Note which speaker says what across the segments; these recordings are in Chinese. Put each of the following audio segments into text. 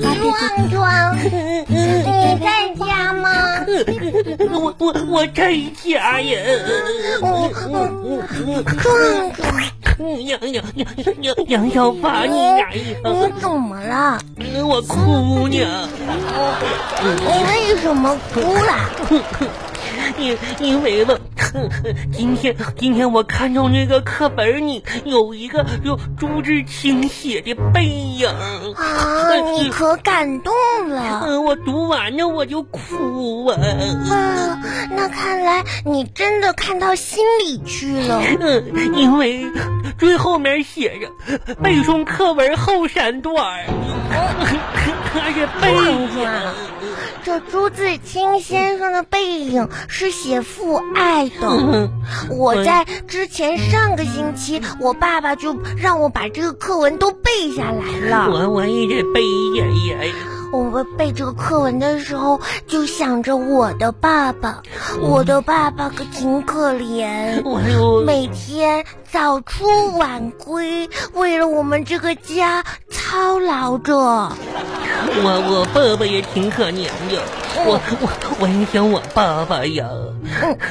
Speaker 1: 壮壮，你在家吗？
Speaker 2: 我我我在家呀！
Speaker 1: 壮壮，
Speaker 2: 杨杨杨杨杨小八，你来呀！
Speaker 1: 你怎么了？
Speaker 2: 我哭呢，
Speaker 1: 你为什么哭了？
Speaker 2: 因因为吧，今天今天我看到那个课本里有一个有朱自清写的背影，
Speaker 1: 啊，你可感动了。
Speaker 2: 嗯，我读完了我就哭啊。
Speaker 1: 啊，那看来你真的看到心里去了。
Speaker 2: 嗯，因为最后面写着背诵课文后三段儿，而且背
Speaker 1: 壮壮，这朱自清先生的背影是写父爱 的。
Speaker 2: 嗯
Speaker 1: 我在之前上个星期，我爸爸就让我把这个课文都背下来了。
Speaker 2: 我我也得背哎呀呀，
Speaker 1: 我们背这个课文的时候，就想着我的爸爸，我的爸爸可挺可怜。
Speaker 2: 我就
Speaker 1: 每天早出晚归，为了我们这个家操劳着。啊
Speaker 2: 我我爸爸也挺可怜的，我我我也想我爸爸呀，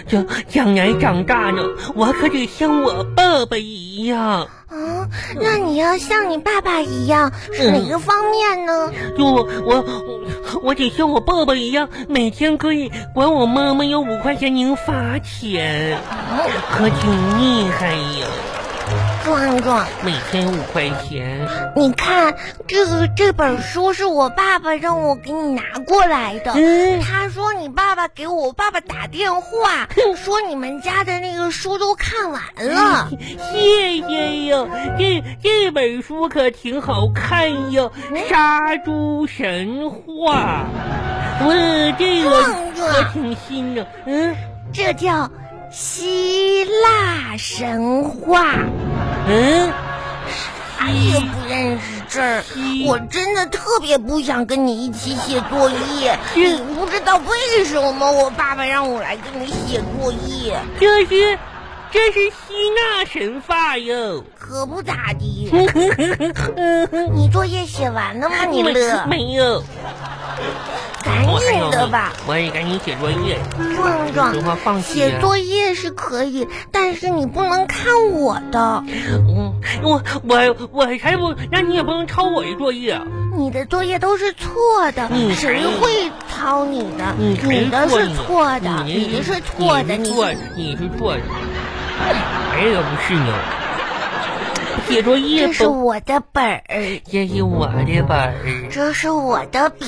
Speaker 2: 将将来长大了，我可得像我爸爸一样，
Speaker 1: 啊，那你要像你爸爸一样，是哪个方面呢？
Speaker 2: 就我我我得像我爸爸一样，每天可以管我妈妈要五块钱零花钱，可挺厉害呀，
Speaker 1: 壮壮，
Speaker 2: 每天五块钱，
Speaker 1: 你看这个这本书是我爸爸让我给你拿过来的。
Speaker 2: 嗯，
Speaker 1: 他说你爸爸给我爸爸打电话，说你们家的那个书都看完了。
Speaker 2: 谢谢呀，这这本书可挺好看呀，
Speaker 1: 嗯
Speaker 2: 《杀猪神话》。我这个
Speaker 1: 壮壮
Speaker 2: 可挺新的，嗯
Speaker 1: 这叫希腊神话，
Speaker 2: 嗯，
Speaker 1: 俺也不认识字儿。我真的特别不想跟你一起写作业，你不知道为什么我爸爸让我来跟你写作业，
Speaker 2: 这是这是希腊神话哟。
Speaker 1: 可不咋地。你作业写完了吗？嗯你
Speaker 2: 没
Speaker 1: 乐，
Speaker 2: 没有？
Speaker 1: 赶
Speaker 2: 我还
Speaker 1: 紧
Speaker 2: 有
Speaker 1: 的
Speaker 2: 呢
Speaker 1: 吧，，
Speaker 2: 我也赶紧写作业。
Speaker 1: 壮
Speaker 2: 有话放啊
Speaker 1: 壮。
Speaker 2: 心
Speaker 1: 写作业是可以，但是你不能看我的，
Speaker 2: 嗯，我我我才不，那你也不能抄我的作业。啊
Speaker 1: 你的作业都是错的，
Speaker 2: 嗯
Speaker 1: 谁会抄你的？
Speaker 2: 嗯
Speaker 1: 你的是错的，
Speaker 2: 你
Speaker 1: 你的是错的，
Speaker 2: 你
Speaker 1: 你
Speaker 2: 是错，你是错的，哎呀，不是呢。写作业
Speaker 1: 这是
Speaker 2: 不，
Speaker 1: 我的本儿，
Speaker 2: 这是我的本儿，
Speaker 1: 这是我的笔。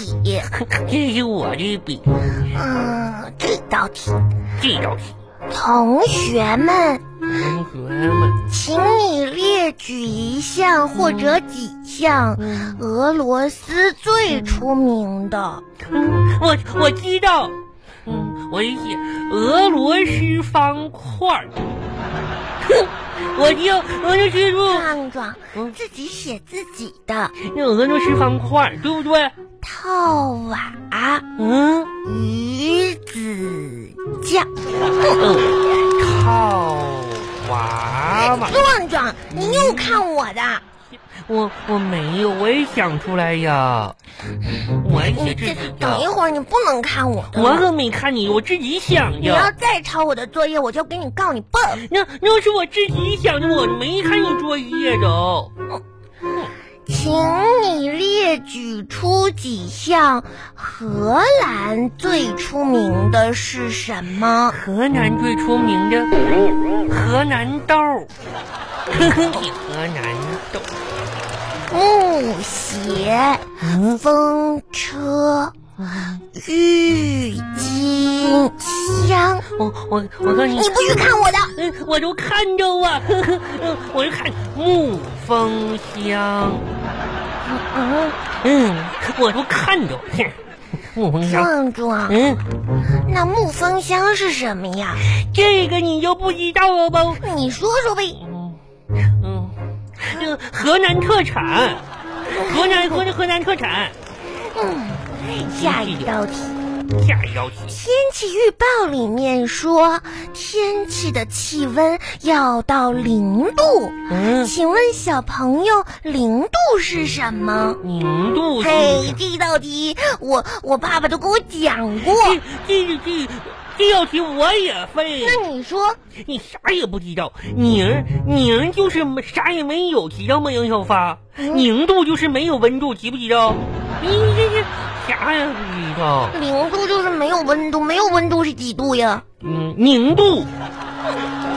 Speaker 2: 这是我的笔，
Speaker 1: 嗯，这道题，
Speaker 2: 这道题，
Speaker 1: 同学们，
Speaker 2: 同学们，
Speaker 1: 请你列举一项或者几项俄罗斯最出名的。
Speaker 2: 嗯，我我知道，嗯，我写俄罗斯方块儿，哼，我就我就记住
Speaker 1: 壮壮
Speaker 2: 嗯
Speaker 1: 自己写自己的
Speaker 2: 那俄罗斯方块儿，对不对？
Speaker 1: 套娃
Speaker 2: 嗯
Speaker 1: 鱼子酱。
Speaker 2: 嗯，套娃娃。
Speaker 1: 壮壮，你又看我的，
Speaker 2: 我我没有，我也想出来呀，我也
Speaker 1: 你
Speaker 2: 写自
Speaker 1: 这
Speaker 2: 己
Speaker 1: 等一
Speaker 2: 的，
Speaker 1: 会儿你不能看我的
Speaker 2: 我
Speaker 1: 了。
Speaker 2: 可没看你，我自己想
Speaker 1: 你要
Speaker 2: 的。
Speaker 1: 再抄我的作业，我就给你告你笨。
Speaker 2: 那那是我自己想的，我没看你作业的。
Speaker 1: 请你列举出几项荷兰最出名的是什么？
Speaker 2: 河南最出名的河南豆儿，河南豆，
Speaker 1: 木鞋、
Speaker 2: 嗯，
Speaker 1: 风车、郁金香。
Speaker 2: 我我我告诉你
Speaker 1: 你，不许看我的，
Speaker 2: 嗯，我都看着啊， 呵呵嗯我就看沐风香，
Speaker 1: 嗯，
Speaker 2: 嗯，我都看着，哼沐风香，
Speaker 1: 壮壮，
Speaker 2: 嗯。
Speaker 1: 那木风箱是什么呀？
Speaker 2: 这个你就不知道了吧？
Speaker 1: 你说说呗。
Speaker 2: 嗯嗯，这个河南特产，河南河南河南特产，
Speaker 1: 嗯，下一道题，
Speaker 2: 下一道题，
Speaker 1: 天气预报里面说，天气的气温要到零度。
Speaker 2: 嗯，
Speaker 1: 请问小朋友，零度是什么？
Speaker 2: 零度是
Speaker 1: 嘿，这道题我我爸爸都给我讲过。
Speaker 2: 这这这这道题我也会，
Speaker 1: 那你说，
Speaker 2: 你啥也不知道，宁宁就是没啥也没有，知道吗？杨小发，
Speaker 1: 嗯
Speaker 2: 宁度就是没有温度，知不知道？你这这啥也不知道，
Speaker 1: 零度就是没有温度，没有温度是几度呀？
Speaker 2: 嗯，宁度，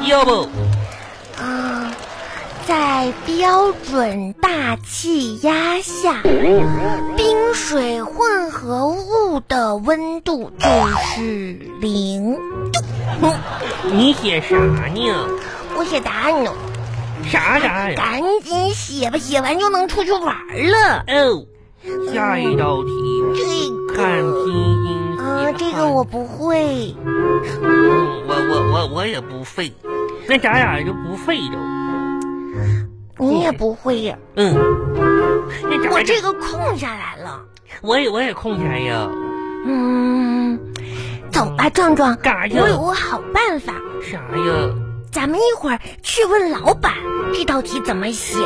Speaker 2: 要不
Speaker 1: 啊，在标准大气压下，冰水混合物的温度就是零度。嗯
Speaker 2: 你写啥呢？
Speaker 1: 我写答案呢，
Speaker 2: 啥答案？
Speaker 1: 赶紧写吧，写完就能出去玩了。
Speaker 2: 哦，下一道题，
Speaker 1: 这
Speaker 2: 看
Speaker 1: 个
Speaker 2: 拼音
Speaker 1: 啊，这个我不会。
Speaker 2: 嗯我我我我也不会，那咱俩就不会着。
Speaker 1: 你也不会呀、
Speaker 2: 嗯，那咱俩
Speaker 1: 我这个空下来了。
Speaker 2: 我也我也空闲呀。
Speaker 1: 嗯，走吧，壮壮，
Speaker 2: 干啥去
Speaker 1: 我有个好办法，
Speaker 2: 啥呀？
Speaker 1: 咱们一会儿去问老板这道题怎么写。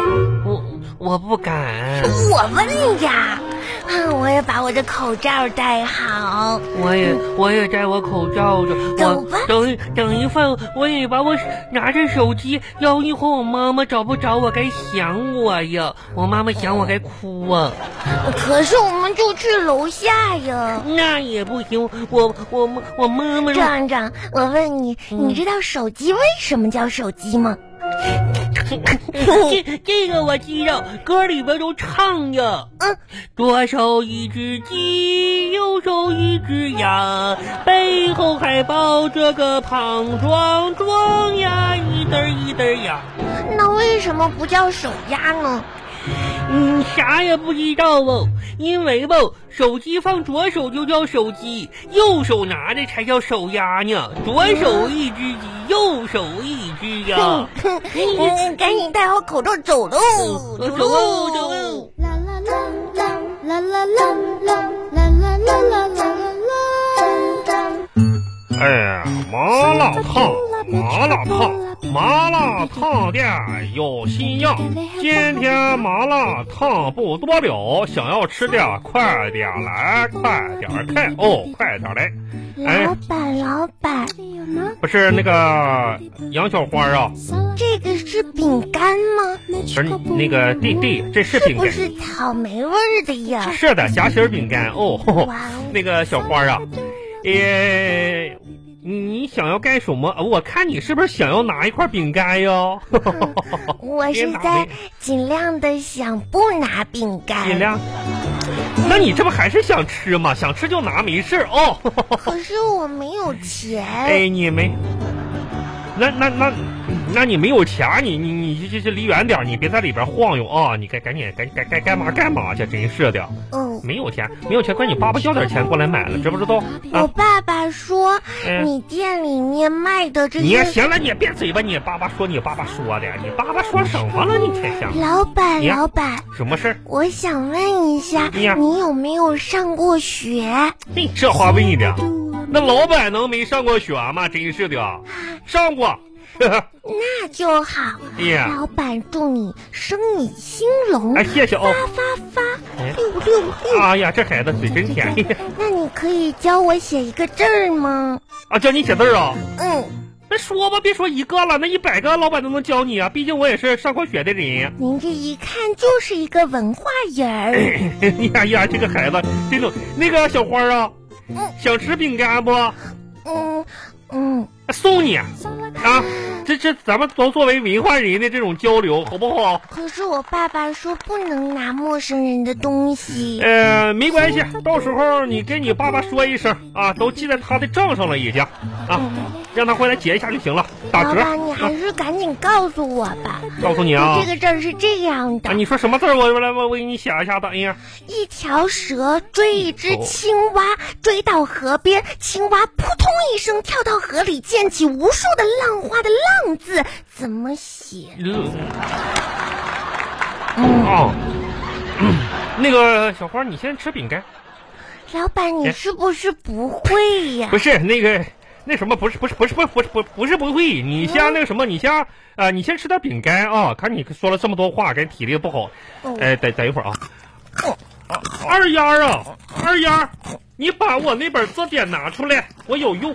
Speaker 2: 我我不敢，
Speaker 1: 我问呀， 啊，我也把我的口罩戴好。
Speaker 2: 我也我也摘我口罩着。
Speaker 1: 走
Speaker 2: 我
Speaker 1: 吧
Speaker 2: 等一等一会儿，我也把我拿着手机，要一会儿我妈妈找不着我该想我呀。我妈妈想我该哭啊。
Speaker 1: 可是我们就去楼下呀。
Speaker 2: 那也不行，我我妈我妈妈让
Speaker 1: 壮壮，我问你，你知道手机为什么叫手机吗？
Speaker 2: 这这个我知道，歌里边都唱呀。
Speaker 1: 嗯，
Speaker 2: 左手一只鸡，右手一只羊，背后还抱着个胖壮壮呀，一嘚儿一嘚儿呀。
Speaker 1: 那为什么不叫手压呢？
Speaker 2: 嗯，啥也不知道哦，因为吧，手机放左手就叫手机，右手拿着才叫手鸭呢。左手一只鸡，右手一只鸭。
Speaker 1: 嗯，赶紧戴好口罩走喽，
Speaker 2: 走喽走喽。
Speaker 3: 啦啦啦啦啦啦啦啦啦啦啦啦啦啦。
Speaker 4: 哎呀，麻辣烫，麻辣烫，麻辣烫店有新样。今天麻辣烫不多了，想要吃的快点来，快点开哦，快点来！哎
Speaker 1: 老板，老板，
Speaker 4: 不是那个杨小花啊，
Speaker 1: 这个是饼干吗？
Speaker 4: 不是
Speaker 1: 嗯
Speaker 4: 那个对对，这是饼
Speaker 1: 不
Speaker 4: 干，
Speaker 1: 是草莓味儿的呀。
Speaker 4: 是的，夹心饼干哦。 吼吼
Speaker 1: 哇哦，
Speaker 4: 那个小花啊，呃，你想要干什么？我看你是不是想要拿一块饼干哟？
Speaker 1: 我是在尽量的想不拿饼干，
Speaker 4: 尽量。那你这不还是想吃吗？想吃就拿，没事儿哦。
Speaker 1: 可是我没有钱。
Speaker 4: 哎，你没，那那那，那你没有钱儿，你你你就就离远点儿，你别在里边晃悠啊、你该赶紧该该该干嘛干嘛去，真是的，
Speaker 1: 哦，
Speaker 4: 没有钱，没有钱，管你爸爸要点钱过来买了，知不知道？
Speaker 1: 我
Speaker 4: 啊，
Speaker 1: 爸爸说
Speaker 4: 嗯
Speaker 1: 你店里面卖的这
Speaker 4: 你也
Speaker 1: 些，
Speaker 4: 行了，你也别嘴巴，你爸爸说你爸爸说的，你爸爸说什么了？你天下
Speaker 1: 老板，
Speaker 4: 你呀
Speaker 1: 老板，
Speaker 4: 什么事儿？
Speaker 1: 我想问一下，
Speaker 4: 你呀
Speaker 1: 你有没有上过学？
Speaker 4: 嘿这话问的，那老板能没上过学吗？真是的，上过。
Speaker 1: 那就好。
Speaker 4: 哎呀
Speaker 1: 老板，祝你生意兴隆，
Speaker 4: 哎，谢谢哦。
Speaker 1: 发发发，
Speaker 4: 哎
Speaker 1: 六六六。
Speaker 4: 哎呀，这孩子嘴真甜
Speaker 1: 那你可以教我写一个字儿吗？
Speaker 4: 啊！教你写字儿啊？
Speaker 1: 嗯，
Speaker 4: 那说吧，别说一个了，那一百个老板都能教你啊！毕竟我也是上过学的人。 哎
Speaker 1: 您这一看就是一个文化人儿。
Speaker 4: 呀呀，这个孩子真的，那个小花啊，想吃饼干不？
Speaker 1: 嗯嗯，
Speaker 4: 送你啊！这这，咱们都作为文化人的这种交流，好不好？
Speaker 1: 可是我爸爸说不能拿陌生人的东西。
Speaker 4: 呃，没关系，到时候你跟你爸爸说一声啊，都记在他的账上了已经啊，让他回来结一下就行了，打
Speaker 1: 老
Speaker 4: 折。啊
Speaker 1: 板，你还是赶紧告诉我吧。
Speaker 4: 告诉你啊
Speaker 1: 这。个字儿是这样的
Speaker 4: 啊，：你说什么字儿？我我来，我我给你写一下子。哎呀，
Speaker 1: 一条蛇追一只青蛙，追到河边，青蛙扑通一声跳到河里，溅起无数的浪花的“浪”字怎么写？
Speaker 4: 哦，嗯那个小花，你先吃饼干。
Speaker 1: 老板，你
Speaker 4: 哎
Speaker 1: 是不是不会呀、
Speaker 4: 不是那个那什么，不是不是不是不是不是不是不是不会，你先那个什么，你先啊、呃你先吃点饼干啊。看你说了这么多话，感觉体力不好。哎，等等一会儿啊。哦二丫啊，二丫，你把我那本字典拿出来，我有用。